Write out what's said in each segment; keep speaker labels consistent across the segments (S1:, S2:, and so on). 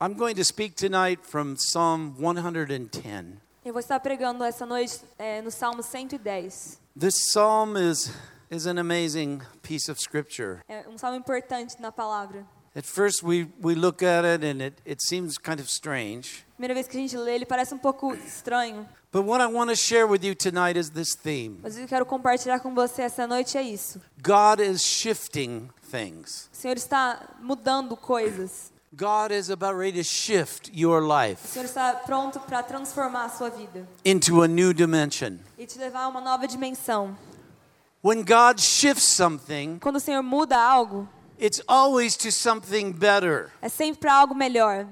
S1: I'm going to speak tonight from Psalm 110.
S2: Eu vou estar pregando essa noite é, no Salmo 110.
S1: This psalm is, is an amazing piece of scripture.
S2: É um salmo importante na palavra.
S1: At first, we, we look at it and it, it seems kind of strange.
S2: Primeira vez que a gente lê, ele parece um pouco estranho.
S1: But what I want to share with you tonight is this theme
S2: Mas o que eu quero compartilhar com você essa noite é isso.
S1: God is shifting things.
S2: O Senhor está mudando coisas.
S1: God is about ready to shift your
S2: O
S1: life
S2: Senhor está pronto para transformar a sua vida
S1: into a new dimension.
S2: e te levar a uma nova dimensão.
S1: When God shifts something,
S2: Quando o Senhor muda algo,
S1: it's always to something better.
S2: é sempre para algo melhor.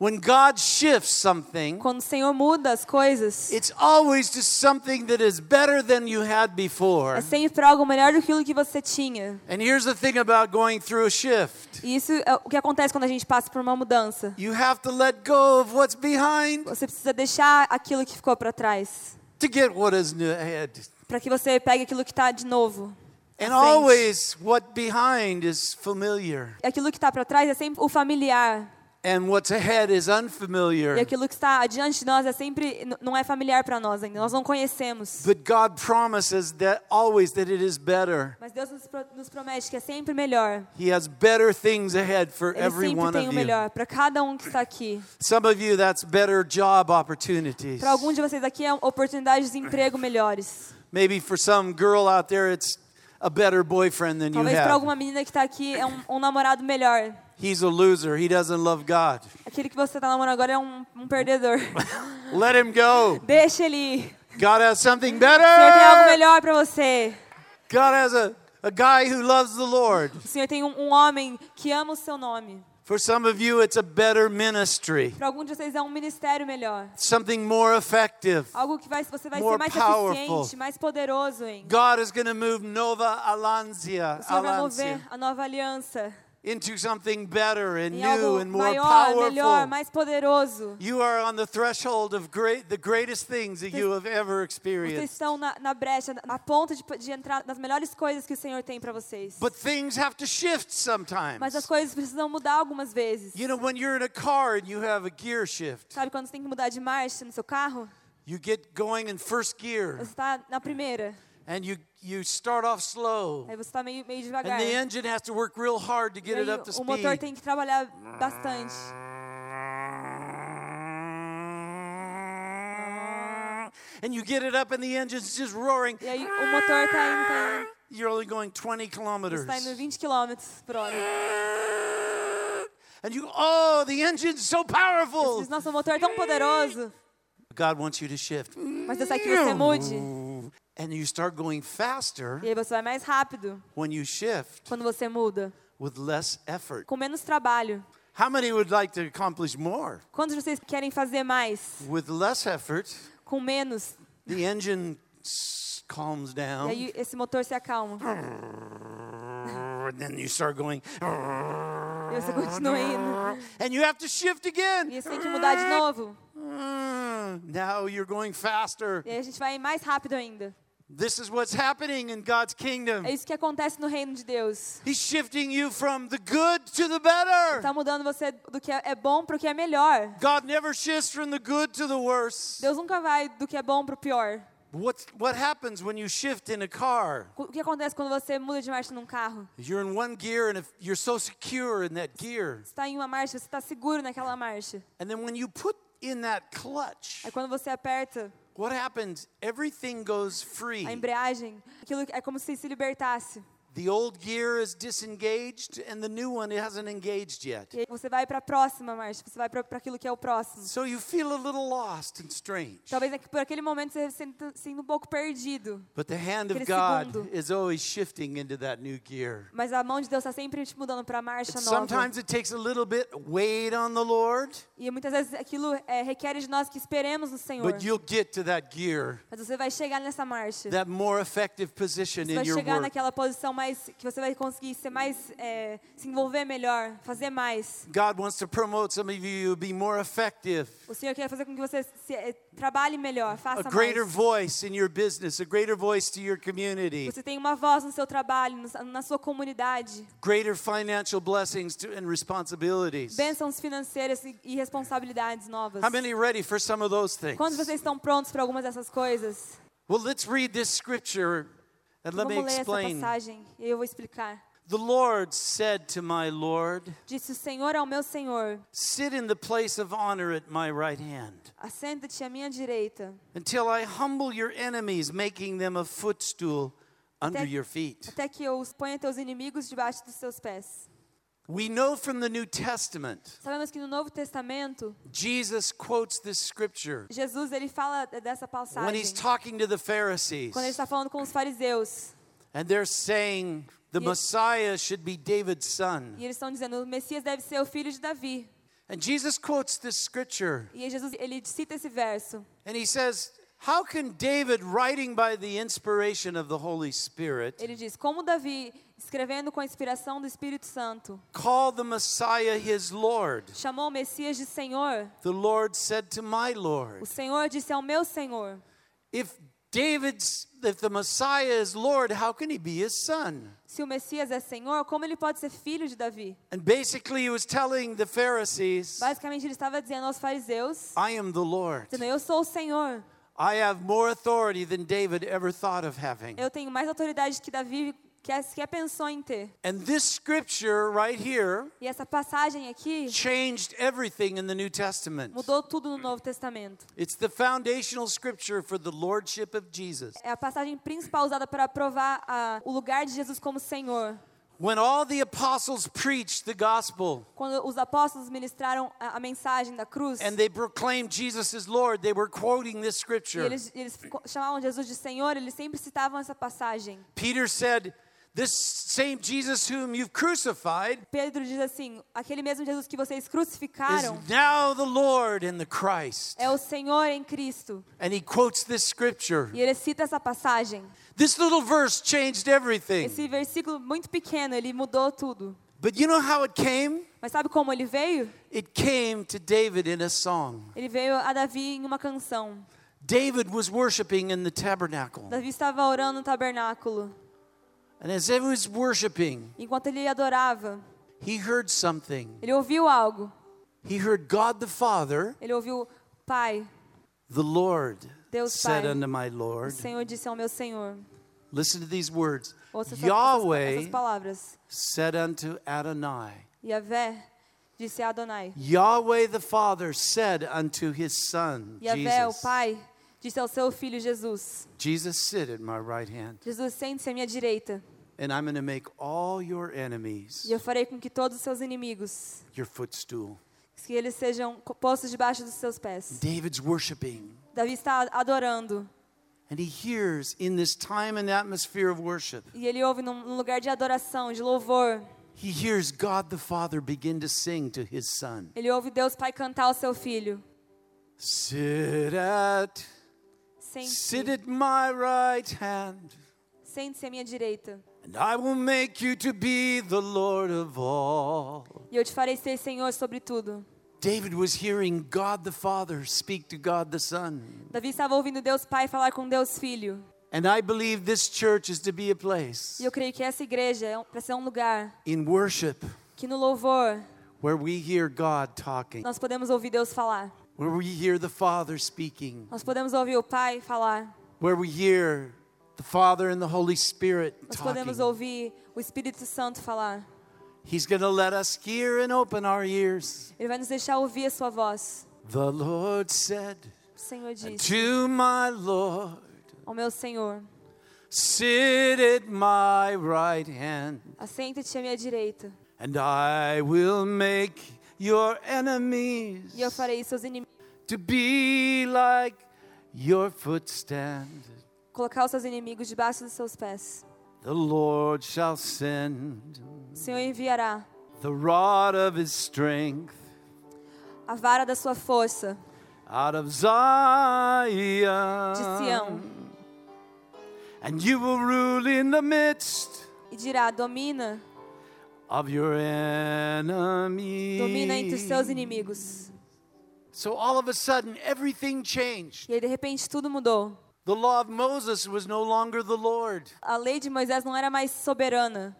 S1: When God shifts something,
S2: Quando o Senhor muda as coisas,
S1: it's always to something that is better than you had
S2: é
S1: before.
S2: sempre para algo melhor do que o que você tinha.
S1: And here's the thing about going through a shift
S2: E isso é o que acontece quando a gente passa por uma mudança.
S1: you have to let go of what's behind
S2: Você precisa deixar aquilo que ficou para trás,
S1: to get what is new ahead.
S2: para que você pegue aquilo que está de novo.
S1: And
S2: Thanks.
S1: always, what behind is familiar,
S2: Aquilo que está para trás é sempre o familiar,
S1: and what's ahead is
S2: e
S1: unfamiliar.
S2: aquilo que está adiante de nós é sempre n- não é familiar para nós ainda. Nós não conhecemos.
S1: But God promises that always that it is better.
S2: Mas Deus nos, pro- nos promete que é sempre melhor.
S1: He has better things ahead for
S2: Ele
S1: every
S2: sempre
S1: one
S2: tem o
S1: of you.
S2: melhor para cada um que está aqui.
S1: Some of you, that's better job opportunities.
S2: Para alguns de vocês aqui é oportunidades de emprego melhores.
S1: Maybe for some girl out there, it's a better boyfriend than you
S2: Talvez para
S1: have.
S2: alguma menina que está aqui é um, um namorado melhor.
S1: He's a loser. He doesn't love God.
S2: Aquele que você está namorando agora é um, um perdedor.
S1: Let him go.
S2: Deixa ele. ir.
S1: God has something
S2: O Senhor tem algo
S1: better.
S2: melhor para você.
S1: God has a, a guy who loves the Lord.
S2: O Senhor tem um, um homem que ama o seu nome.
S1: For some of you, it's a better ministry,
S2: Para alguns de vocês é um ministério melhor.
S1: something more effective.
S2: Algo que vai, você vai
S1: More
S2: ser mais
S1: powerful.
S2: eficiente, mais poderoso em.
S1: God is going to move Nova Alanzia,
S2: O Senhor vai
S1: Alancia
S2: mover a nova aliança
S1: into something better and
S2: em
S1: new
S2: algo
S1: and more
S2: maior, melhor,
S1: powerful.
S2: mais poderoso.
S1: You are on the threshold of great, the greatest things that you have ever
S2: Vocês
S1: experienced.
S2: estão na, na brecha, na- na ponta de, de entrar nas melhores coisas que o Senhor tem para vocês.
S1: But things have to shift
S2: Mas as
S1: sometimes.
S2: coisas precisam mudar algumas vezes.
S1: You know, when you're in a car and you have a gear shift,
S2: Sabe quando você tem que mudar de marcha no seu carro?
S1: you get going in first gear
S2: Você está na primeira,
S1: and you, you start off slow.
S2: aí você está meio, meio devagar.
S1: And the engine has to work real hard to
S2: E
S1: get it
S2: aí
S1: up to
S2: o motor
S1: speed.
S2: tem que trabalhar bastante.
S1: And you get it up and the engine's just roaring.
S2: E aí o motor está indo, tá indo,
S1: You're only going 20 kilometers.
S2: está indo 20 km por hora.
S1: And you, oh, the engine's so
S2: Você
S1: powerful.
S2: diz, Nossa, o motor é tão poderoso.
S1: God wants you to shift.
S2: Mas Deus quer que você mude.
S1: And you start going faster
S2: E aí você vai mais rápido
S1: when you shift
S2: quando você muda.
S1: with less effort.
S2: Com menos trabalho.
S1: How many would like to accomplish more?
S2: Quantos de vocês querem fazer mais?
S1: With less effort,
S2: Com menos.
S1: the engine s- calms
S2: E
S1: down.
S2: aí esse motor se acalma.
S1: And then you start going.
S2: E você continua indo.
S1: And you have to shift
S2: E aí
S1: again.
S2: você tem que mudar de novo.
S1: Now you're going faster.
S2: E aí a gente vai mais rápido ainda.
S1: This is what's happening in God's kingdom.
S2: É isso que acontece no reino de Deus.
S1: He's shifting you from the good to the better.
S2: Está mudando você do que é bom para o que é melhor.
S1: God never shifts from the good to the worse.
S2: Deus nunca vai do que é bom para o pior.
S1: What's, what happens when you shift in a car?
S2: O que acontece quando você muda de marcha num carro?
S1: You're in one gear and if you're so secure in that gear.
S2: Você está em uma marcha, você está seguro naquela marcha.
S1: And then when you put in that clutch,
S2: Aí quando você aperta
S1: what happens? Everything goes
S2: a
S1: free.
S2: embreagem, aquilo é como se se libertasse.
S1: The old gear is disengaged and the new one hasn't engaged yet.
S2: E aí você vai para a próxima marcha, você vai para aquilo que é o próximo.
S1: So you feel a little lost and strange.
S2: Talvez é que por aquele momento você se sinta sendo um pouco perdido.
S1: But the hand of
S2: Aquele
S1: God
S2: segundo.
S1: is always shifting into that new gear.
S2: Mas a mão de Deus está sempre te mudando para a marcha nova.
S1: Sometimes it takes a little bit wait on the Lord,
S2: E muitas vezes aquilo é, requer de nós que esperemos no Senhor.
S1: but you'll get to that gear,
S2: Mas você vai chegar nessa marcha.
S1: that more effective position
S2: Você
S1: in
S2: vai
S1: your
S2: chegar
S1: work.
S2: naquela posição mais, que você vai conseguir ser mais, é, se envolver melhor, fazer mais.
S1: God wants to promote some of you to be more effective,
S2: O Senhor quer fazer com que você se, é, trabalhe melhor,
S1: a
S2: faça
S1: greater
S2: mais.
S1: voice in your business, a greater voice to your community,
S2: Você tem uma voz no seu trabalho, no- na sua comunidade.
S1: greater financial blessings to, and responsibilities.
S2: Bênçãos financeiras e e responsabilidades novas.
S1: How many are ready for some of those things?
S2: Quantos vocês estão prontos para algumas dessas coisas?
S1: Well, let's read this scripture and let me
S2: Vamos ler essa
S1: explain.
S2: passagem e eu vou explicar.
S1: The Lord said to my Lord,
S2: Disse o Senhor ao meu Senhor,
S1: Sit in the place of honor at my right hand
S2: assenta-te à minha direita,
S1: until I humble your enemies, making them a footstool under
S2: Até-
S1: your feet.
S2: até que eu os ponha teus inimigos debaixo dos seus pés.
S1: We know from the New Testament,
S2: Sabemos que no Novo Testamento,
S1: Jesus quotes this scripture
S2: Jesus ele fala dessa
S1: when he's
S2: passagem
S1: talking to the Pharisees,
S2: quando ele está falando com os fariseus.
S1: and they're saying the
S2: Ye-
S1: Messiah should be David's son.
S2: E eles estão dizendo, o Messias deve ser o filho de Davi.
S1: And Jesus quotes this scripture
S2: E aí Jesus ele cita esse verso.
S1: And he says, How can David, writing by the inspiration of the Holy Spirit,
S2: Ele diz, como Davi, escrevendo com a inspiração do Espírito Santo,
S1: call the Messiah his Lord?
S2: chamou o Messias de Senhor,
S1: The Lord said to my
S2: o
S1: Lord,
S2: Senhor disse ao meu Senhor.
S1: If David's, if the Messiah is Lord, how can he be his son?
S2: Se o Messias é Senhor, como ele pode ser filho de Davi?
S1: And basically, he was telling the Pharisees,
S2: Basicamente, ele estava dizendo aos fariseus:
S1: I am the Lord.
S2: dizendo, Eu sou o Senhor.
S1: I have more authority than David ever thought of having.
S2: Eu tenho mais autoridade que Davi que sequer pensou em ter.
S1: And this scripture right here
S2: E essa passagem aqui
S1: changed everything in the New Testament.
S2: mudou tudo no Novo Testamento.
S1: It's the foundational scripture for the lordship of Jesus.
S2: É a passagem principal usada para provar a- o lugar de Jesus como Senhor.
S1: When all the apostles preached the gospel
S2: Quando os apóstolos ministraram a, a mensagem da cruz,
S1: and
S2: e
S1: they proclaimed Jesus as Lord, they were quoting this scripture.
S2: eles, eles co- chamavam Jesus de Senhor, eles sempre citavam essa passagem.
S1: Peter said, This same Jesus whom you've crucified
S2: Pedro diz assim: Aquele mesmo Jesus que vocês
S1: is
S2: crucificaram
S1: now the Lord and the Christ.
S2: é o Senhor em Cristo.
S1: And he quotes this scripture.
S2: E ele cita essa passagem.
S1: This little verse changed everything.
S2: Esse versículo muito pequeno, ele mudou tudo.
S1: But you know how it came?
S2: Mas sabe como ele veio?
S1: It came to David in a song.
S2: Ele veio a Davi em uma canção.
S1: David was worshiping in the tabernacle.
S2: Davi estava orando no tabernáculo.
S1: And as he was worshiping,
S2: Enquanto ele adorava,
S1: he heard something.
S2: ele ouviu algo.
S1: He heard God the Father,
S2: Ele ouviu, Pai,
S1: the Lord,
S2: Deus
S1: said
S2: Pai.
S1: unto my
S2: o
S1: Lord.
S2: Senhor disse ao meu Senhor.
S1: Listen to these words.
S2: Ouça essas, essas,
S1: Yahweh
S2: essas palavras.
S1: said unto Adonai.
S2: Yahvé disse a Adonai.
S1: Yahweh the Father said unto his Son,
S2: Yahvé, o
S1: Jesus.
S2: oh, Pai, disse ao seu filho Jesus.
S1: Jesus, sit at my right hand,
S2: Jesus, sente-se à minha direita.
S1: and I'm going to make all your
S2: E
S1: enemies
S2: eu farei com que todos os seus inimigos
S1: your footstool.
S2: que eles sejam co- postos debaixo dos seus pés.
S1: David's worshiping,
S2: Davi está adorando
S1: and he hears in this time and atmosphere of worship,
S2: e ele ouve num num lugar de adoração, de louvor.
S1: he hears God the Father begin to sing to his Son.
S2: Ele ouve Deus Pai cantar ao seu filho.
S1: Sit at Sit
S2: Sente-se
S1: at my right hand,
S2: sente à minha direita
S1: and I will make you to be the Lord of all.
S2: e eu te farei ser Senhor sobre tudo.
S1: David was hearing God the Father speak to God the Son.
S2: Davi estava ouvindo Deus Pai falar com Deus Filho.
S1: And I believe this church is to be a place
S2: E eu creio que essa igreja é para ser um lugar
S1: in worship
S2: que no louvor
S1: where we hear God talking,
S2: nós podemos ouvir Deus falar.
S1: where we hear the Father speaking,
S2: Nós podemos ouvir o Pai falar.
S1: where we hear the Father and the Holy Spirit
S2: Nós podemos
S1: talking.
S2: ouvir o Espírito Santo falar.
S1: He's going to let us hear and open our ears.
S2: Ele vai nos deixar ouvir a sua voz.
S1: The Lord said
S2: O Senhor disse
S1: to my Lord.
S2: ao meu Senhor:
S1: Sit at my right hand,
S2: Assenta-te à minha direita,
S1: and I will make your enemies
S2: e eu farei seus inimigos,
S1: to be like your footstand.
S2: colocar os seus inimigos debaixo dos seus pés.
S1: The Lord shall send
S2: O Senhor enviará
S1: the rod of his strength
S2: a vara da sua força
S1: out of Zion, Ah.
S2: de Sião,
S1: and you will rule in the midst
S2: e dirá: domina,
S1: of your enemy.
S2: domina entre os seus inimigos.
S1: So all of a sudden, everything changed.
S2: E aí de repente tudo mudou.
S1: The law of Moses was no longer the Lord.
S2: A lei de Moisés não era mais soberana.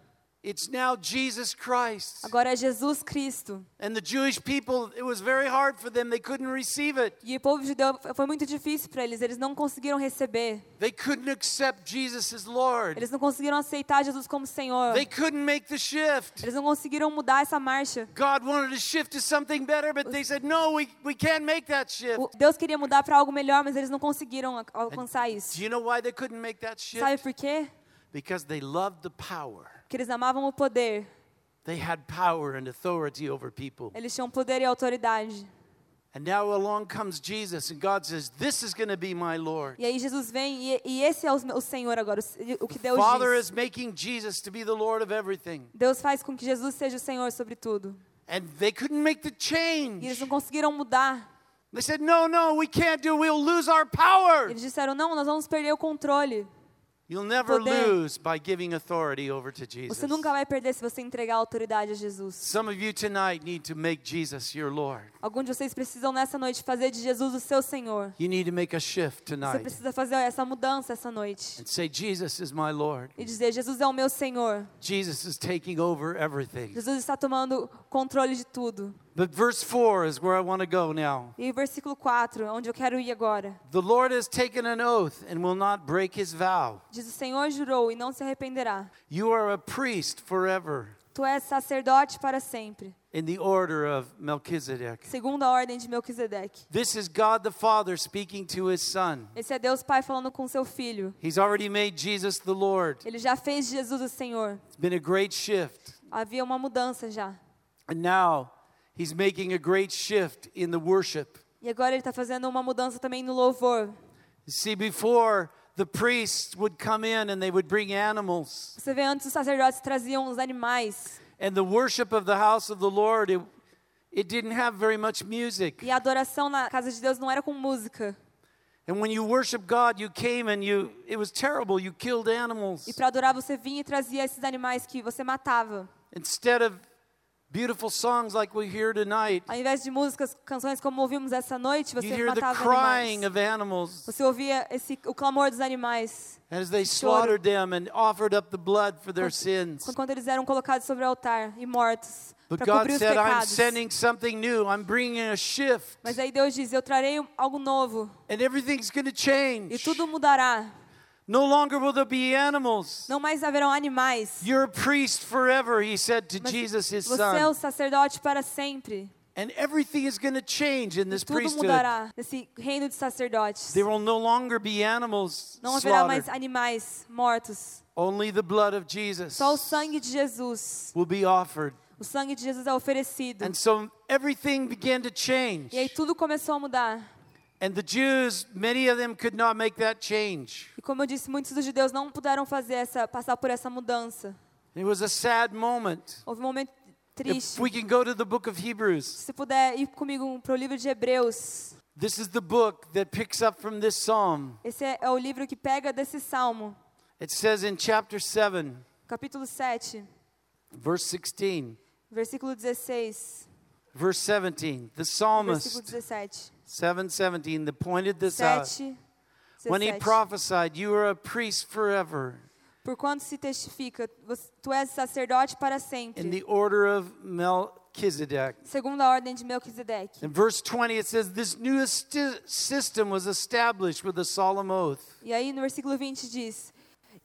S1: It's now Jesus Christ.
S2: Agora é Jesus Cristo.
S1: And the Jewish people, it was very hard for them. They couldn't receive it.
S2: E o povo judeu foi muito difícil para eles. Eles não conseguiram receber.
S1: They couldn't accept Jesus as Lord.
S2: Eles não conseguiram aceitar Jesus como Senhor.
S1: They couldn't make the shift.
S2: Eles não conseguiram mudar essa marcha.
S1: God wanted to shift to something better, but they said, no, we, we can't make that shift.
S2: O- Deus queria mudar para algo melhor, mas eles não conseguiram a- alcançar isso.
S1: Do you know why they couldn't make that
S2: Sabe
S1: shift?
S2: por quê?
S1: Because they loved the power.
S2: Porque eles amavam o poder.
S1: They had power and authority over people.
S2: Eles tinham poder e autoridade.
S1: And now along comes Jesus, and God says, This is going to be my Lord.
S2: E aí Jesus vem e, e esse é os me- o Senhor agora, o se- o que Deus
S1: Father
S2: diz.
S1: is making Jesus to be the Lord of everything.
S2: Deus faz com que Jesus seja o Senhor sobre tudo.
S1: And they couldn't make the
S2: E eles
S1: change.
S2: não conseguiram mudar.
S1: They said, No, no, we can't do We'll lose our power.
S2: Eles disseram: "Não, nós vamos perder o controle.
S1: You'll never
S2: Poder.
S1: lose by giving authority over to Jesus.
S2: Você nunca vai perder se você entregar a autoridade a Jesus."
S1: Some of you tonight need to make Jesus your Lord.
S2: Alguns de vocês precisam nessa noite fazer de Jesus o seu Senhor.
S1: You need to make a shift
S2: Você
S1: tonight
S2: precisa fazer essa mudança essa noite
S1: and say, Jesus is my Lord.
S2: e dizer: "Jesus é o meu Senhor.
S1: Jesus is taking over everything.
S2: Jesus está tomando controle de tudo."
S1: But verse 4 is where I want to go now.
S2: E o versículo 4, onde eu quero ir agora.
S1: The Lord has taken an oath and will not break his vow.
S2: Diz: "O Senhor jurou e não se arrependerá.
S1: You are a priest forever
S2: Tu és sacerdote para sempre,
S1: in the order of Melchizedek.
S2: segundo a ordem de Melquisedeque."
S1: This is God the Father speaking to his Son.
S2: Esse é Deus Pai falando com seu filho.
S1: He's already made Jesus the Lord.
S2: Ele já fez de Jesus o Senhor.
S1: It's been a great shift.
S2: Havia uma mudança já.
S1: And now he's making a great shift in the worship.
S2: E agora ele está fazendo uma mudança também no louvor.
S1: You see, before the priests would come in and they would bring animals,
S2: Você vê, antes os sacerdotes traziam os animais.
S1: and the worship of the house of the Lord, it, it didn't have very much music.
S2: E a adoração na casa de Deus não era com música.
S1: And when you worship God, you came and you it was terrible. You killed animals
S2: E para adorar, você vinha e trazia esses animais que você matava.
S1: instead of beautiful songs like we hear tonight.
S2: Ao invés de músicas, canções como ouvimos essa noite,
S1: You
S2: você
S1: hear the
S2: matava
S1: crying
S2: animais.
S1: of animals
S2: Você ouvia esse, o clamor dos animais
S1: as they slaughtered them and offered up the blood for their sins.
S2: quando eles eram colocados sobre o altar e mortos
S1: But
S2: para
S1: God
S2: cobrir os
S1: said, "I'm
S2: pecados.
S1: sending something new. I'm bringing a shift,
S2: Mas aí Deus diz: Eu trarei um, algo novo
S1: and everything's going to
S2: e
S1: change.
S2: tudo mudará.
S1: No longer will there be animals.
S2: Não mais haverão animais.
S1: You're a priest forever," He said to
S2: Mas
S1: Jesus, His
S2: você é
S1: Son,
S2: o sacerdote para sempre.
S1: and everything is going to change in this
S2: E Tudo
S1: priesthood.
S2: mudará nesse reino de sacerdotes.
S1: There will no longer be animals
S2: Não haverá mais
S1: slaughtered.
S2: animais mortos.
S1: Only the blood of Jesus
S2: Só o sangue de Jesus.
S1: will be offered.
S2: O sangue de Jesus é oferecido.
S1: And so everything began to change.
S2: E aí tudo começou a mudar.
S1: And the Jews, many of them could not make that change.
S2: E como eu disse, muitos dos judeus não puderam fazer essa, passar por essa mudança.
S1: It was a sad moment.
S2: Houve um momento
S1: If
S2: triste.
S1: we can go to the book of Hebrews,
S2: Se puder ir comigo para o livro de Hebreus.
S1: this is the book that picks up from this psalm.
S2: Esse é, é o livro que pega desse salmo,
S1: It says in chapter 7,
S2: capítulo 7,
S1: verse 16,
S2: versículo 16.
S1: verse 17. The
S2: Versículo
S1: psalmist,
S2: 17.
S1: 717, that pointed this out.
S2: 7,
S1: When he
S2: 17.
S1: prophesied, You are a priest forever.
S2: Porquanto se testifica, vos- tu és sacerdote para
S1: in the
S2: sempre,
S1: order of Melchizedek.
S2: segundo a ordem de Melquisedeque.
S1: In verse 20, it says, This new esti- system was established with a solemn oath.
S2: E aí no versículo 20 diz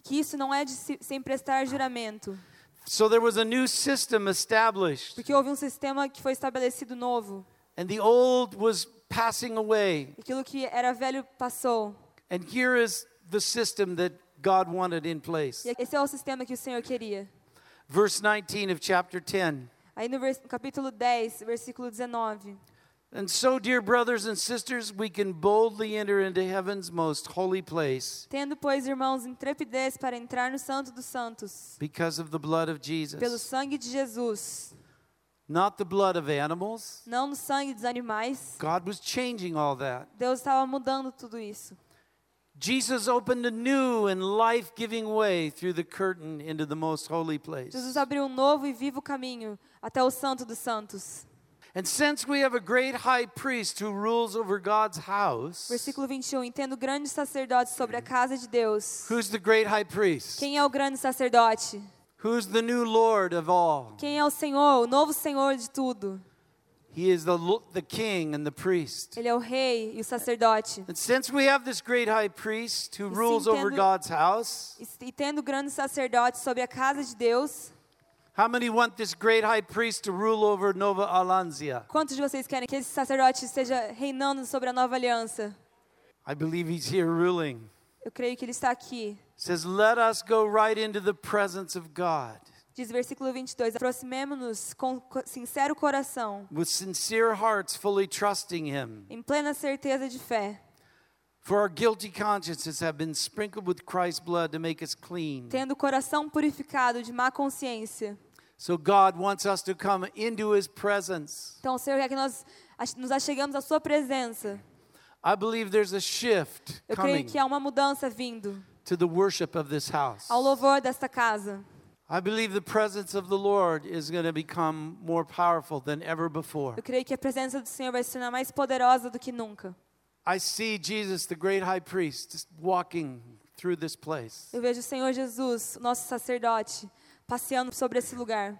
S2: que isso não é de se, sem prestar juramento,
S1: So there was a new system established,
S2: porque houve um sistema que foi estabelecido novo.
S1: and the old was passing away.
S2: Aquilo que era velho passou.
S1: And here is the system that God wanted in place.
S2: E esse é o sistema que o Senhor queria.
S1: Verse 19 of chapter 10.
S2: Aí no vers, capítulo 10, versículo 19.
S1: And so, dear brothers and sisters, we can boldly enter into heaven's most holy place
S2: Tendo, pois, irmãos, intrepidez para entrar no santo dos santos,
S1: because of the blood of
S2: pelo
S1: Jesus.
S2: sangue de Jesus,
S1: Not the blood of animals.
S2: não no sangue dos animais.
S1: God was changing all that.
S2: Deus estava mudando tudo isso.
S1: Jesus opened a new and life giving way through the curtain into the most holy place.
S2: Jesus abriu um novo e vivo caminho até o Santo dos Santos.
S1: And since we have a great high priest who rules over God's house,
S2: Versículo 21. Entendo grande sacerdote sobre a casa de Deus.
S1: who's the great high priest?
S2: Quem é o grande sacerdote?
S1: Who's the new Lord of all?
S2: Quem é o Senhor, o novo Senhor de tudo?
S1: He is the, lo- the king and the priest.
S2: Ele é o rei e o sacerdote.
S1: And since we have this great high priest who
S2: E
S1: rules
S2: sim,
S1: over
S2: tendo-
S1: God's house,
S2: E- E tendo grande sacerdote sobre a casa de Deus,
S1: how many want this great high priest to rule over Nova Alanzia?
S2: quantos de vocês querem que esse sacerdote esteja reinando sobre a nova aliança?
S1: I believe he's here ruling.
S2: Eu creio que ele está aqui.
S1: It says, Let us go right into the presence of God
S2: Diz versículo 22: Aproximemo-nos com co- sincero coração,
S1: with sincere hearts, fully trusting him.
S2: em plena certeza de fé,
S1: For our guilty consciences have been sprinkled with Christ's blood to make us clean.
S2: tendo o coração purificado de má consciência.
S1: So God wants us to come into his presence.
S2: Então, o Senhor quer que nós ach- nos achegamos à Sua presença.
S1: I believe there's a shift
S2: Eu creio
S1: coming
S2: que há uma mudança vindo
S1: to the worship of this house.
S2: ao louvor desta casa.
S1: I believe the presence of the Lord is going to become more powerful than ever before.
S2: Eu creio que a presença do Senhor vai se tornar mais poderosa do que nunca.
S1: I see Jesus, the great high priest, just walking through this place.
S2: Eu vejo o Senhor Jesus, o nosso sacerdote, passeando sobre esse lugar.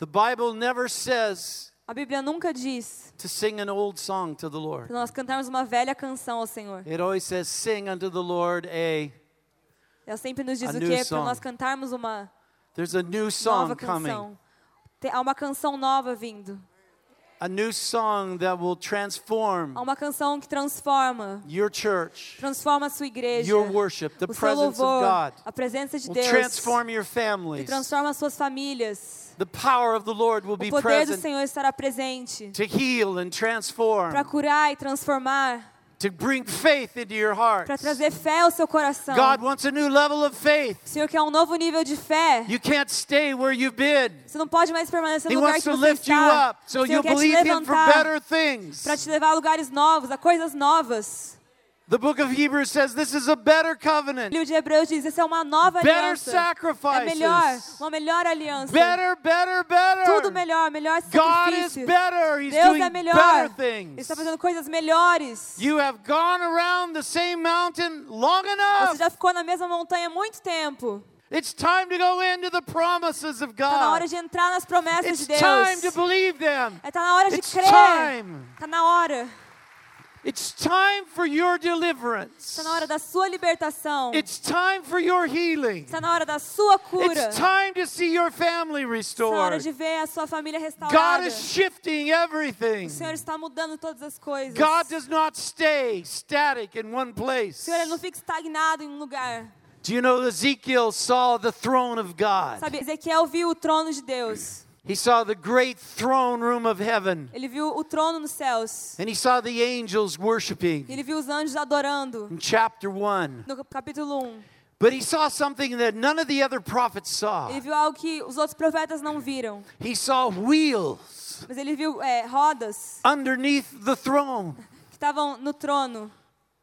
S1: The Bible never says
S2: A Bíblia nunca diz
S1: to sing an old song to the Lord.
S2: para nós cantarmos uma velha canção ao Senhor.
S1: It always says, Sing unto the Lord a.
S2: Ela sempre nos diz
S1: A
S2: o
S1: new
S2: quê? Para
S1: song.
S2: nós cantarmos uma
S1: There's a new song
S2: nova
S1: coming,
S2: canção. Te- Há uma canção nova vindo.
S1: a new song that will transform
S2: Há uma canção que transforma,
S1: your church,
S2: transforma a sua igreja.
S1: your worship, the
S2: o seu
S1: presence of
S2: louvor,
S1: God.
S2: a presença de
S1: Will
S2: Deus,
S1: transform your
S2: que
S1: families.
S2: transforma as suas famílias.
S1: The power of the Lord will
S2: O
S1: be
S2: poder do
S1: present
S2: Senhor estará presente
S1: to heal and
S2: para
S1: transform,
S2: curar e transformar,
S1: to bring faith into your heart.
S2: para trazer fé ao seu coração.
S1: God wants a new level of faith.
S2: O Senhor quer um novo nível de fé.
S1: You can't stay where you've been.
S2: Você não pode mais permanecer
S1: He
S2: no lugar
S1: wants
S2: que
S1: to
S2: você
S1: lift you
S2: está.
S1: up so
S2: O
S1: you
S2: Senhor quer te
S1: believe Him for
S2: levantar
S1: better things.
S2: para te levar a lugares novos, a coisas novas.
S1: The book of Hebrews says this is a better
S2: O
S1: covenant,
S2: livro de Hebreus diz, essa é uma nova
S1: better
S2: aliança. É
S1: sacrifices,
S2: melhor, uma melhor aliança.
S1: better, better,
S2: Tudo
S1: better.
S2: melhor, melhor
S1: God is
S2: sacrifício.
S1: better. He's
S2: Deus é
S1: doing
S2: melhor.
S1: better
S2: Ele
S1: things.
S2: está fazendo coisas melhores.
S1: You have gone around the same mountain long
S2: Você
S1: enough.
S2: já ficou na mesma montanha há muito tempo.
S1: It's time to go into the promises of
S2: Está na hora
S1: God.
S2: de entrar nas promessas
S1: It's
S2: de Deus.
S1: time to believe them.
S2: Está na hora de
S1: It's
S2: crer.
S1: time.
S2: Está na hora.
S1: It's time for your deliverance.
S2: Está Tá na hora da sua libertação.
S1: It's time for your healing.
S2: Está na hora da sua cura.
S1: It's
S2: Está
S1: time to see your family
S2: na hora
S1: restored.
S2: de ver a sua família
S1: God
S2: restaurada.
S1: is shifting everything.
S2: O Senhor está mudando todas as coisas.
S1: God does not stay static in one
S2: O
S1: place.
S2: Senhor ele não fica estagnado em um lugar.
S1: Do you know Ezekiel saw the throne of God?
S2: Sabe, Ezequiel viu o trono de Deus.
S1: He saw the great throne room of heaven.
S2: Ele viu o trono nos céus.
S1: And he saw the angels worshiping
S2: Ele viu os anjos adorando.
S1: in chapter 1.
S2: No capítulo 1.
S1: But he saw something that none of the other prophets
S2: Ele
S1: saw.
S2: viu algo que os outros profetas não viram.
S1: He saw wheels
S2: Mas ele viu é, rodas
S1: underneath the throne.
S2: que estavam no trono.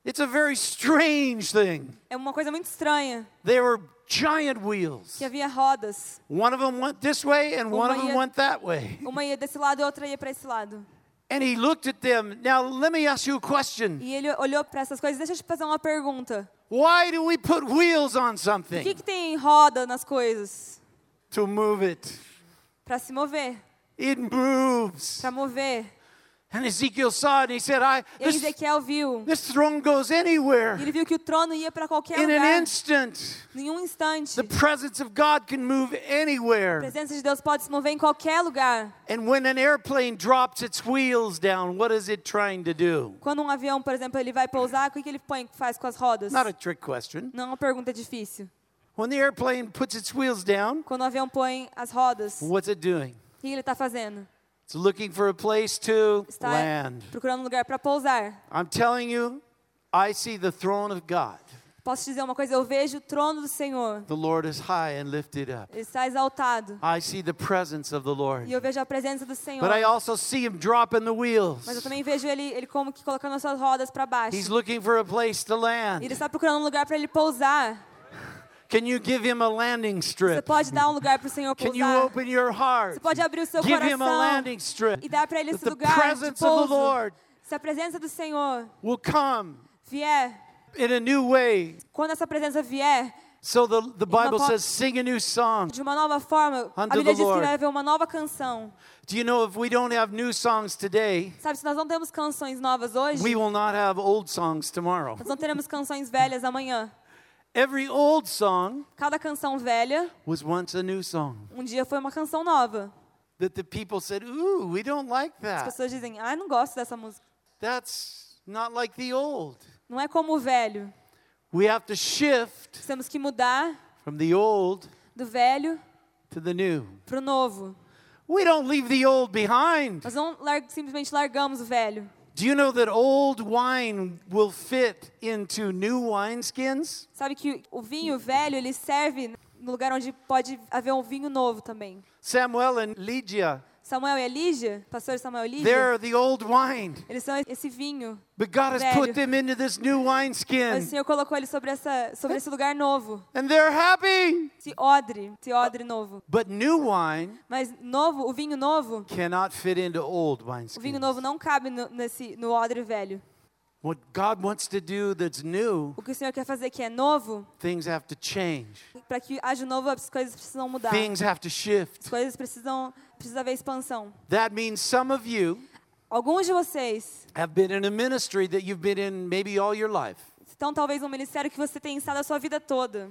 S1: It's a very strange thing.
S2: É uma coisa muito estranha
S1: They were giant wheels.
S2: que havia rodas.
S1: One of them went this way and one of them went that way.
S2: Uma ia desse lado e outra ia para esse lado.
S1: And he looked at them. Now, let me ask you a question.
S2: E ele olhou para essas coisas. Deixa eu te fazer uma pergunta.
S1: Why do we put wheels on
S2: O que,
S1: something?
S2: que tem roda nas coisas?
S1: To move it.
S2: Para se mover,
S1: It moves.
S2: para mover.
S1: And Ezekiel saw it and he said, I
S2: E aí
S1: this,
S2: Ezequiel viu.
S1: this throne goes
S2: E
S1: anywhere.
S2: ele viu que o trono ia para qualquer
S1: In an
S2: lugar,
S1: instant.
S2: em um instante.
S1: The presence of God can move
S2: A
S1: anywhere.
S2: presença de Deus pode se mover em qualquer lugar.
S1: And when an airplane drops its wheels down, what is it trying to do?
S2: Quando um avião, por exemplo, ele vai pousar, o que, que ele põe, faz com as rodas?
S1: Not a trick question.
S2: Não é uma pergunta difícil.
S1: When the airplane puts its wheels down,
S2: Quando o avião põe as rodas, o
S1: what's it doing?
S2: que ele está fazendo?
S1: It's looking for a place to
S2: Está
S1: land.
S2: procurando um lugar para pousar.
S1: I'm telling you, I see the throne of God.
S2: Posso te dizer uma coisa? Eu vejo o trono do Senhor.
S1: The Lord is high and lifted up.
S2: Ele está exaltado.
S1: I see the presence of the Lord.
S2: E eu vejo a presença do Senhor.
S1: But I also see him dropping the
S2: Mas eu
S1: wheels.
S2: também vejo ele, ele como que colocando as suas rodas para baixo.
S1: He's looking for a place to
S2: E Ele
S1: land.
S2: está procurando um lugar para ele pousar.
S1: Can you give him a landing
S2: Você
S1: strip?
S2: pode dar um lugar para o Senhor
S1: Can you
S2: pousar.
S1: open your heart?
S2: Você pode abrir o seu
S1: Give him a
S2: coração
S1: landing strip.
S2: e dar para ele
S1: That
S2: esse
S1: the
S2: lugar de
S1: presence of the
S2: pouso.
S1: Lord
S2: Se a presença do Senhor
S1: will come
S2: vier,
S1: in a new way.
S2: quando essa presença vier,
S1: So the, the Bible
S2: po-
S1: says, sing a new song.
S2: de uma nova forma, a
S1: Unto
S2: Bíblia
S1: the
S2: diz que
S1: Lord.
S2: vai haver uma nova canção.
S1: Do you know if we don't have new songs today,
S2: Sabe, se nós não temos canções novas hoje,
S1: we will not have old songs tomorrow.
S2: nós não teremos canções velhas amanhã.
S1: Every old song
S2: Cada canção velha,
S1: was once a new song
S2: um dia foi uma canção nova.
S1: that the people said, Ooh, we don't like
S2: As
S1: that.
S2: pessoas dizem, ah, eu não gosto dessa música.
S1: That's not like the old.
S2: Não é como o velho.
S1: We have to shift
S2: Temos que mudar
S1: from the old
S2: do velho
S1: to the new.
S2: para o novo.
S1: We don't leave the old behind.
S2: Nós não lar- simplesmente largamos o velho.
S1: Do you know that old wine will fit into new wineskins?
S2: Sabe que o vinho velho, ele serve no lugar onde pode haver um vinho novo também.
S1: Samuel and Lydia,
S2: Samuel e Elígia, pastor Samuel e Elígia,
S1: they're the old wine.
S2: eles são esse vinho.
S1: But God has
S2: Velho.
S1: put them into this new
S2: Mas o
S1: wineskin.
S2: Senhor colocou ele sobre, essa, sobre esse lugar novo.
S1: And they're happy.
S2: Esse odre, esse odre novo.
S1: But new wine
S2: Mas novo, o vinho novo,
S1: cannot fit into old
S2: o vinho
S1: wineskins.
S2: novo não cabe no, nesse, no odre velho.
S1: What God wants to do that's new,
S2: O que o Senhor quer fazer que é novo,
S1: things have to change.
S2: para que haja novo, as coisas precisam mudar.
S1: Things have to shift.
S2: As coisas precisam, precisa haver expansão.
S1: That means some of you
S2: Alguns de vocês
S1: have been in a ministry that you've been in maybe all your life.
S2: estão talvez num ministério que você tem estado a sua vida toda.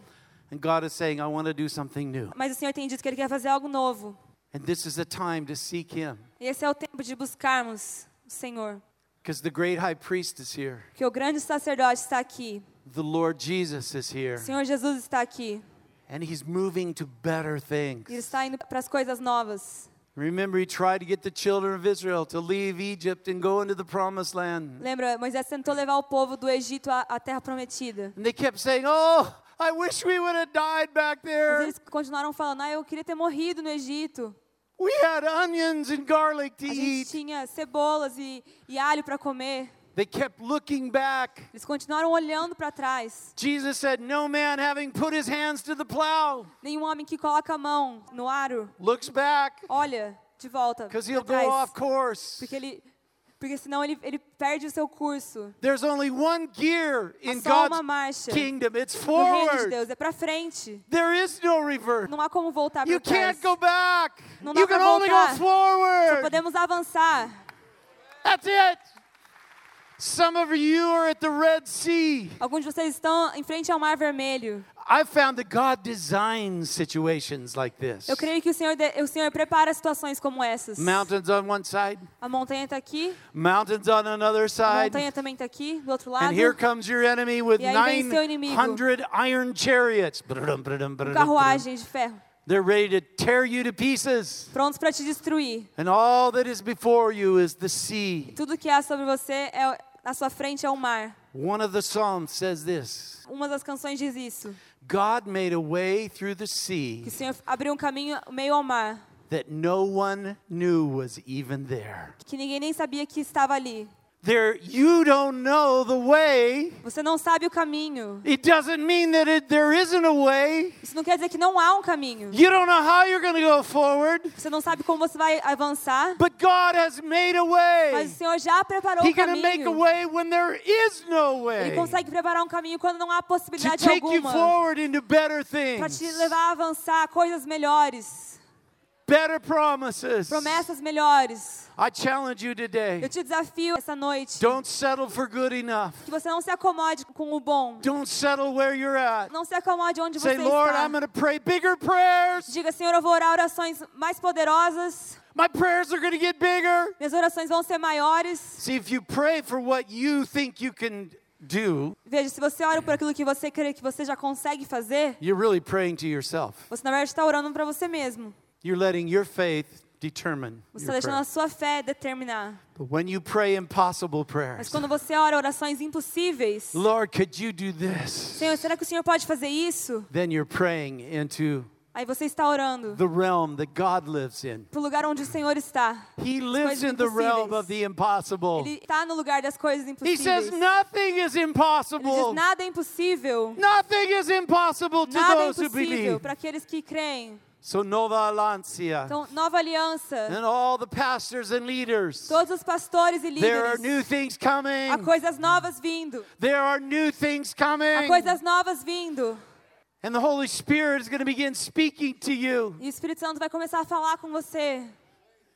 S1: And God is saying, I want to do something new.
S2: Mas o Senhor tem dito que Ele quer fazer algo novo.
S1: And this is the time to seek Him.
S2: E esse é o tempo de buscarmos o Senhor.
S1: Because the great high priest is here,
S2: Porque o grande sacerdote está aqui.
S1: the Lord Jesus is
S2: O
S1: here,
S2: Senhor Jesus está aqui.
S1: and He's moving to better
S2: E Ele
S1: things.
S2: está indo para as coisas novas.
S1: Remember, He tried to get the children of Israel to leave Egypt and go into the promised land.
S2: Lembra, Moisés tentou levar o povo do Egito à, à terra prometida.
S1: And they kept saying, Oh, I wish we would have died back
S2: Mas
S1: there.
S2: eles continuaram falando: Ah, eu queria ter morrido no Egito.
S1: We had onions and garlic to
S2: A gente
S1: eat.
S2: tinha cebolas e, e alho para comer.
S1: They kept looking back.
S2: Eles continuaram olhando para trás.
S1: Jesus said, No man having put his hands to the plow
S2: Nenhum homem que coloca a mão no aro
S1: looks back
S2: olha de volta.
S1: because he'll
S2: pra trás.
S1: go off course.
S2: Porque ele porque senão ele, ele perde o seu curso.
S1: There's only one gear in
S2: só uma
S1: God's
S2: marcha
S1: kingdom it's
S2: no reino de
S1: forward.
S2: Deus, é pra frente.
S1: There is no reverse.
S2: Não há como voltar
S1: You
S2: para
S1: can't
S2: trás.
S1: go back.
S2: Não dá
S1: You
S2: pra
S1: can only go
S2: voltar. Só
S1: forward.
S2: podemos avançar.
S1: That's it. Some of you are at the Red Sea.
S2: Alguns de vocês estão em frente ao Mar Vermelho.
S1: I've found that God designs situations like this.
S2: Eu creio que o Senhor de- o Senhor prepara situações como essas.
S1: Mountains on one side,
S2: A montanha está aqui,
S1: mountains on another
S2: a
S1: side.
S2: montanha também está aqui, do outro
S1: And
S2: lado.
S1: here comes your enemy with
S2: E aí vem seu inimigo.
S1: 900 iron chariots. Brum, brum, brum, brum.
S2: Carruagens de ferro,
S1: They're ready to tear you to pieces.
S2: prontos para te destruir.
S1: And all that is before you is the sea.
S2: Tudo que há sobre você é na sua frente é o mar.
S1: One of the Psalms says this
S2: Uma das canções diz isso,
S1: God made a way through the
S2: que
S1: sea
S2: o Senhor abriu um caminho meio ao mar.
S1: that no one knew was even there.
S2: que ninguém nem sabia que estava ali.
S1: There, you don't know the way.
S2: Você não sabe o caminho.
S1: It doesn't mean that it, there isn't a way.
S2: Isso não quer dizer que não há um caminho.
S1: You don't know how you're going to go forward,
S2: Você não sabe como você vai avançar,
S1: but God has made a way.
S2: mas o Senhor já preparou
S1: He's
S2: o
S1: going to make a
S2: caminho.
S1: way when there is no way.
S2: Ele consegue preparar um caminho quando não há
S1: To
S2: possibilidade
S1: take you
S2: alguma
S1: forward into better
S2: para te
S1: things,
S2: levar a avançar a coisas melhores,
S1: better promises.
S2: promessas melhores.
S1: I challenge you today.
S2: Eu te desafio essa noite
S1: Don't settle for good enough.
S2: que você não se acomode com o bom.
S1: Don't settle where you're at.
S2: Não se acomode onde você
S1: Say, Lord, I'm
S2: está.
S1: going to pray bigger prayers.
S2: Diga, Senhor, eu vou orar orações mais poderosas.
S1: My prayers are going to get bigger.
S2: Minhas orações vão ser maiores.
S1: See, if you pray for what you think you can do,
S2: Veja, se você ora por aquilo que você crê que você já consegue fazer,
S1: you're really praying to yourself.
S2: Você na verdade está orando para você mesmo.
S1: You're letting your faith determine.
S2: Você está
S1: your
S2: deixando
S1: prayer.
S2: a sua fé determinar.
S1: But when you pray impossible
S2: Mas
S1: prayers,
S2: quando você ora orações impossíveis,
S1: Lord, could you do this?
S2: Senhor, será que o Senhor pode fazer isso?
S1: Then you're praying into
S2: Aí você está orando
S1: the realm that God lives in.
S2: pro lugar onde o Senhor está.
S1: He lives
S2: coisas
S1: in the realm
S2: impossíveis.
S1: of the impossible.
S2: Ele está no lugar das coisas
S1: He
S2: impossíveis.
S1: says
S2: Ele
S1: nothing is
S2: diz
S1: impossible.
S2: nada é impossível.
S1: Nothing is impossible to
S2: Nada é
S1: those who
S2: impossível
S1: believe.
S2: para aqueles que creem.
S1: So Nova Alancia
S2: Então, nova aliança.
S1: and all the pastors and leaders,
S2: Todos os pastores e
S1: there are new
S2: líderes.
S1: things coming.
S2: Há coisas novas vindo.
S1: There are new things
S2: Há
S1: coming.
S2: coisas novas vindo.
S1: And the Holy Spirit is going to begin speaking to you.
S2: E o Espírito Santo vai começar a falar com você.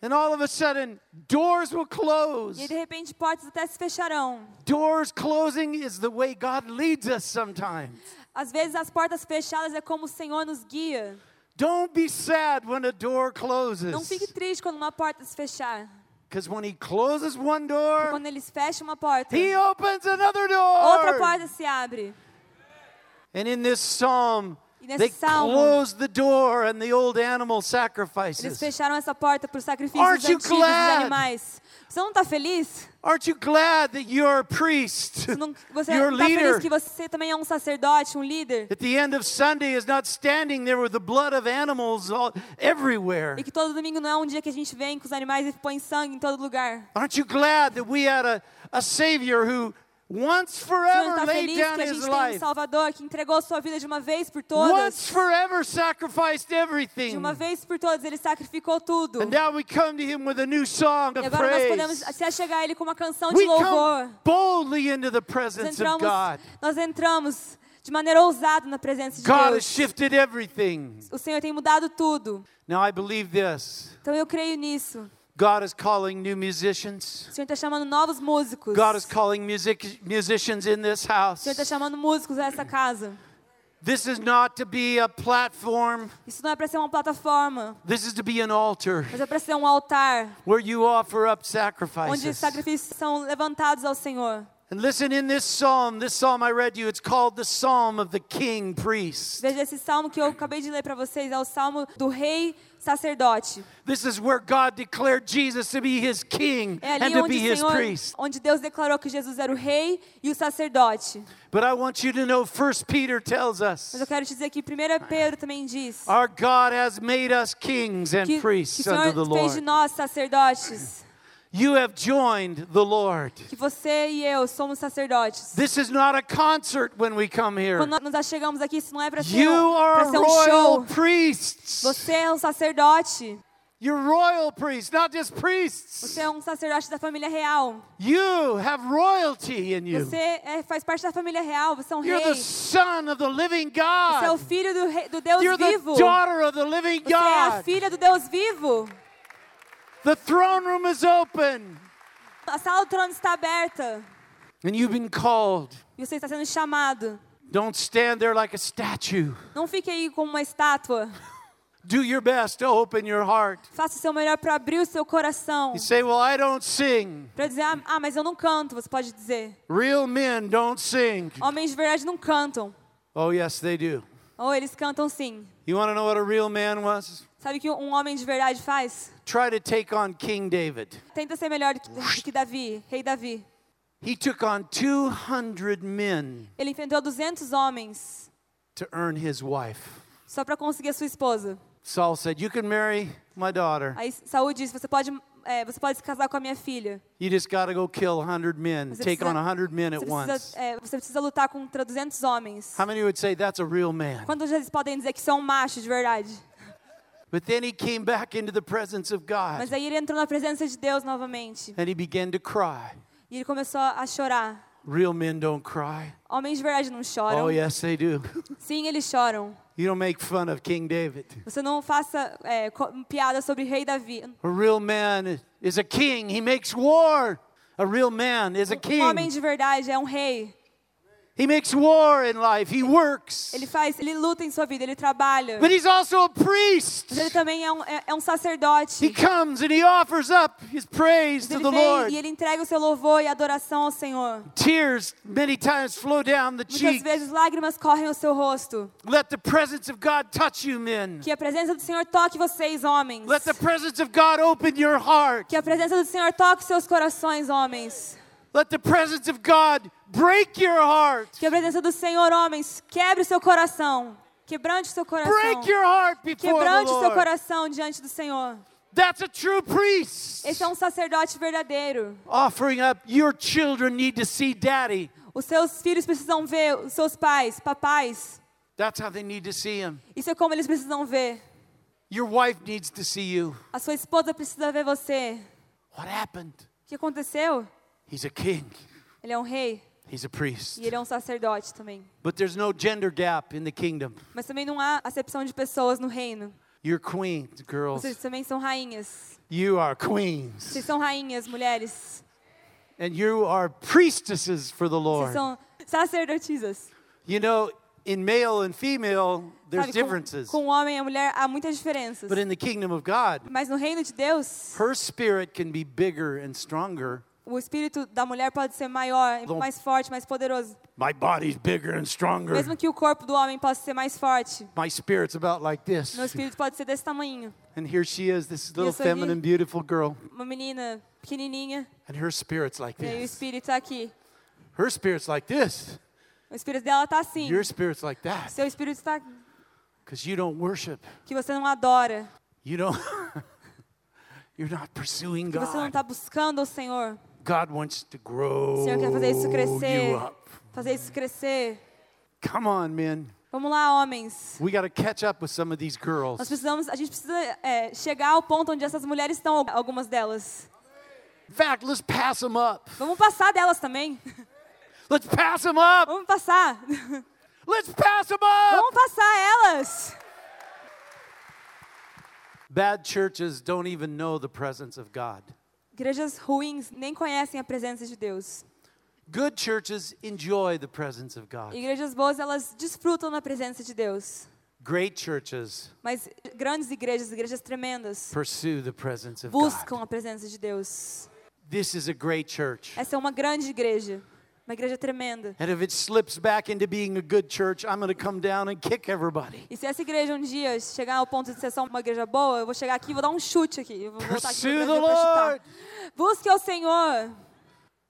S1: And all of a sudden, doors will
S2: E aí,
S1: close.
S2: de repente, portas até se fecharão.
S1: Doors closing is the way God leads us sometimes.
S2: Às vezes, as portas fechadas é como o Senhor nos guia.
S1: Don't be sad when a door closes.
S2: Não fique triste quando uma porta se fechar.
S1: Because when he closes one
S2: Porque
S1: door,
S2: Quando eles fecham uma porta,
S1: he opens another
S2: outra
S1: door.
S2: porta se abre.
S1: And in this psalm,
S2: E nesse
S1: they
S2: salmo,
S1: closed the door and the old animal
S2: Eles
S1: sacrifices.
S2: fecharam essa porta para os sacrifícios
S1: Aren't you
S2: antigos
S1: glad?
S2: dos animais. Você não está feliz?
S1: Aren't you glad that you're a priest?
S2: Você não você
S1: Your
S2: não tá
S1: leader.
S2: feliz que você também é um sacerdote, um líder?
S1: At the end of Sunday is not standing there with the blood of animals all, everywhere.
S2: E que todo domingo não é um dia que a gente vem com os animais e põe sangue em todo lugar.
S1: Aren't you glad that we had a, a Savior who once
S2: Você não
S1: forever
S2: está
S1: laid
S2: feliz
S1: down
S2: que a
S1: his
S2: gente tem um
S1: life,
S2: Salvador que entregou sua vida de uma vez por
S1: once
S2: todas?
S1: forever sacrificed
S2: De
S1: everything?
S2: uma vez por todas, ele sacrificou tudo.
S1: And now we come to him with a new song
S2: E
S1: of
S2: agora nós podemos
S1: praise.
S2: se achegar a ele com uma canção de
S1: We
S2: louvor.
S1: come boldly into the
S2: Nós
S1: presence of
S2: entramos,
S1: God.
S2: nós entramos de maneira ousada na presença de
S1: God has
S2: Deus.
S1: shifted everything.
S2: O Senhor tem mudado tudo.
S1: Now I believe this.
S2: Então eu creio nisso.
S1: God is calling new musicians.
S2: O Senhor está chamando novos músicos.
S1: God is calling music musicians in this
S2: O Senhor está
S1: house.
S2: chamando músicos a essa casa.
S1: This is not to be a platform.
S2: Isso não é para ser uma plataforma,
S1: This is to be an altar
S2: mas é para ser um altar
S1: where you offer up
S2: onde
S1: sacrifices.
S2: sacrifícios são levantados ao Senhor.
S1: And listen in this psalm, this psalm I read you, it's called the Psalm of the King Priest.
S2: Veja esse salmo que eu acabei de ler para vocês, é o salmo do rei sacerdote.
S1: This is where God declared Jesus to be his king
S2: É
S1: and
S2: ali
S1: to
S2: onde,
S1: be
S2: o
S1: his
S2: Senhor,
S1: priest.
S2: onde Deus declarou que Jesus era o rei e o sacerdote.
S1: But I want you to know First Peter tells
S2: Mas
S1: us
S2: eu quero te dizer que 1 Pedro também diz
S1: our God has made us kings
S2: que,
S1: and
S2: que o
S1: priests
S2: Senhor
S1: unto the
S2: fez
S1: Lord.
S2: de nós sacerdotes,
S1: You have joined the Lord.
S2: que você e eu somos sacerdotes.
S1: This is not a concert when we come
S2: Quando
S1: here.
S2: nós nos achegamos aqui, isso não é para ser,
S1: You
S2: um- pra
S1: are
S2: ser um show.
S1: royal priests.
S2: Você é um sacerdote.
S1: You're royal priests, not just priests.
S2: Você é um sacerdote da família real.
S1: You have royalty in you.
S2: Você é- faz parte da família real. Você é um
S1: You're
S2: rei.
S1: the son of the living
S2: Você é o
S1: God.
S2: filho do, rei- do Deus
S1: You're the
S2: vivo.
S1: daughter of the living
S2: Você é a
S1: God.
S2: filha do Deus vivo.
S1: The throne room is open.
S2: A sala do trono está aberta.
S1: And you've been called.
S2: E você está sendo chamado.
S1: Don't stand there like a statue.
S2: Não fique aí como uma estátua.
S1: Do your best to open your heart.
S2: Faça o seu melhor para abrir o seu coração.
S1: You say, Well, I don't sing.
S2: Para dizer, ah, ah, mas eu não canto. Você pode dizer,
S1: Real men don't sing.
S2: homens de verdade não cantam.
S1: Oh, yes, they do.
S2: Ou eles cantam sim.
S1: You want to know what a real man was?
S2: Sabe o que um homem de verdade faz?
S1: Try to take on King David.
S2: Tenta ser melhor do que, do que Davi, rei Davi.
S1: He took on 200 men
S2: Ele enfrentou 200 homens
S1: to earn his wife.
S2: só para conseguir a sua esposa.
S1: Saul said, You can marry my daughter.
S2: Aí Saúl disse: você pode, é, você pode se casar com a minha filha.
S1: You just got to go kill 100 men,
S2: Você
S1: take
S2: precisa-
S1: on 100 men at
S2: Você precisa,
S1: once.
S2: é, você precisa lutar contra 200 homens.
S1: How many would say that's a real man?
S2: Quantos eles podem dizer que são um macho de verdade?
S1: But then he came back into the presence of God
S2: Mas aí ele entrou na presença de Deus novamente
S1: and he began to cry.
S2: e ele começou a chorar.
S1: Real men don't cry.
S2: Homens de verdade não choram.
S1: Oh, yes, they do.
S2: Sim, eles choram.
S1: You don't make fun of King David.
S2: Você não faça é, co- piada sobre rei Davi.
S1: A real man is a king, he makes war. A real man is a
S2: Um homem
S1: king.
S2: de verdade é um rei.
S1: He makes war in life. He works.
S2: Ele faz, ele luta em sua vida, ele trabalha.
S1: But he's also a
S2: Mas ele
S1: priest.
S2: também é um, é, é um
S1: He
S2: sacerdote.
S1: comes and he offers up his praise to
S2: Ele
S1: the
S2: vem
S1: Lord.
S2: e ele entrega o seu louvor e adoração ao Senhor.
S1: Tears many times flow down the
S2: Muitas
S1: cheek.
S2: vezes lágrimas correm ao seu rosto.
S1: Let the presence of God touch you, men.
S2: Que a presença do Senhor toque vocês, homens.
S1: Let the presence of God open your heart.
S2: Que a presença do Senhor toque seus corações, homens.
S1: Let the presence of God break your heart.
S2: Que a presença do Senhor, homens, quebre o seu coração. Quebrante o seu coração.
S1: Break your heart before the
S2: Quebrante o seu
S1: Lord.
S2: coração diante do Senhor.
S1: That's a true priest.
S2: Esse é um sacerdote verdadeiro.
S1: Offering up, your children need to see daddy.
S2: Os seus filhos precisam ver os seus pais, papais.
S1: That's how they need to see him.
S2: Isso é como eles precisam ver.
S1: Your wife needs to see you.
S2: A sua esposa precisa ver você.
S1: What happened?
S2: O que aconteceu?
S1: He's a king.
S2: Ele é um rei
S1: He's a priest.
S2: e ele é um sacerdote também.
S1: But there's no gender gap in the kingdom.
S2: Mas também não há acepção de pessoas no reino.
S1: You're queens, girls.
S2: Vocês também são rainhas.
S1: You are queens.
S2: Vocês são rainhas, mulheres.
S1: And you are priestesses for the
S2: Vocês
S1: Lord.
S2: são sacerdotisas.
S1: You know, in male and female, there's
S2: Sabe, com,
S1: differences.
S2: com o homem e a mulher há muitas diferenças.
S1: But in the kingdom of God,
S2: Mas no reino de Deus,
S1: her spirit can be bigger and stronger.
S2: o espírito da mulher pode ser maior,
S1: Bom.
S2: mais forte, mais poderoso.
S1: My body's bigger and stronger.
S2: Mesmo que o corpo do homem possa ser mais forte,
S1: My spirit's about like this.
S2: meu espírito pode ser desse tamanho.
S1: And here she is, this little
S2: Eu sou de-
S1: feminine, beautiful girl.
S2: Uma menina pequenininha
S1: And her spirit's like
S2: e aí o
S1: this.
S2: espírito tá aqui.
S1: Her spirit's like this.
S2: O espírito dela tá assim.
S1: Your spirit's like that.
S2: Seu espírito está
S1: Because you don't worship.
S2: que você não adora,
S1: You don't. You're not pursuing
S2: que você não
S1: God.
S2: está buscando o Senhor.
S1: God wants to
S2: O
S1: grow
S2: Senhor quer fazer isso
S1: you
S2: crescer,
S1: up.
S2: fazer isso crescer.
S1: Come on, men.
S2: Vamos lá, homens.
S1: We got to catch up with some of these
S2: Nós
S1: girls.
S2: precisamos, a gente precisa é, chegar ao ponto onde essas mulheres estão, algumas delas.
S1: In fact, let's pass them up.
S2: Vamos passar delas também.
S1: Let's pass them up.
S2: Vamos passar.
S1: Let's pass them up.
S2: Vamos passar elas.
S1: Bad churches don't even know the presence of God.
S2: Igrejas ruins nem conhecem a presença de Deus.
S1: Good churches enjoy the presence of God.
S2: Igrejas boas, elas desfrutam da presença de Deus.
S1: Great churches
S2: Mas grandes igrejas, igrejas tremendas,
S1: pursue the presence of God.
S2: buscam a presença de Deus.
S1: This is a great church.
S2: Essa é uma grande igreja, uma igreja tremenda.
S1: And if it slips back into being a good church, I'm going to come down and kick everybody.
S2: E se essa igreja um dia chegar ao ponto de ser só uma igreja boa, eu vou chegar aqui e vou dar um chute aqui. Eu vou voltar aqui pra
S1: Pursue
S2: igreja
S1: the
S2: pra chutar.
S1: Lord.
S2: Busque ao Senhor.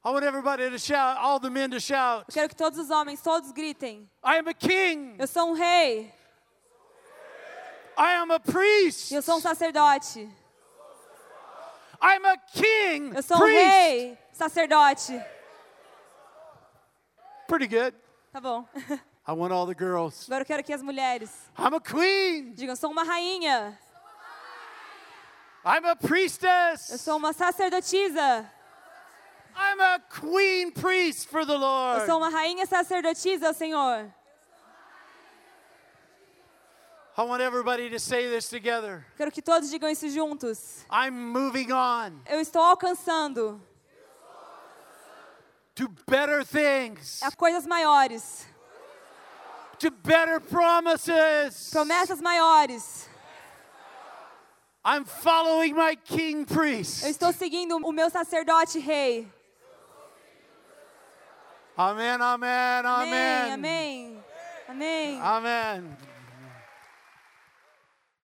S1: I want everybody to shout, all the men to shout,
S2: Eu quero que todos os homens, todos gritem.
S1: I am a king.
S2: Eu sou um rei.
S1: I am a priest.
S2: Eu sou um sacerdote.
S1: I'm a king.
S2: Eu sou um
S1: priest.
S2: rei. Sacerdote.
S1: Pretty good.
S2: Tá bom.
S1: I want all the girls.
S2: Agora eu quero que as mulheres
S1: I'm a queen.
S2: digam, sou uma rainha.
S1: I'm a
S2: Eu
S1: priestess.
S2: sou uma sacerdotisa.
S1: I'm a queen priest for the
S2: Eu
S1: Lord.
S2: sou uma rainha sacerdotisa, ao Senhor.
S1: I want everybody to say this together.
S2: Quero que todos digam isso juntos.
S1: I'm moving on
S2: Eu estou alcançando
S1: to better things,
S2: a coisas maiores,
S1: to better promises.
S2: promessas maiores.
S1: I'm following my king
S2: Eu
S1: priest.
S2: estou seguindo o meu sacerdote rei.
S1: Amen, amen, amen.
S2: Amém, amém, amém.
S1: Amen.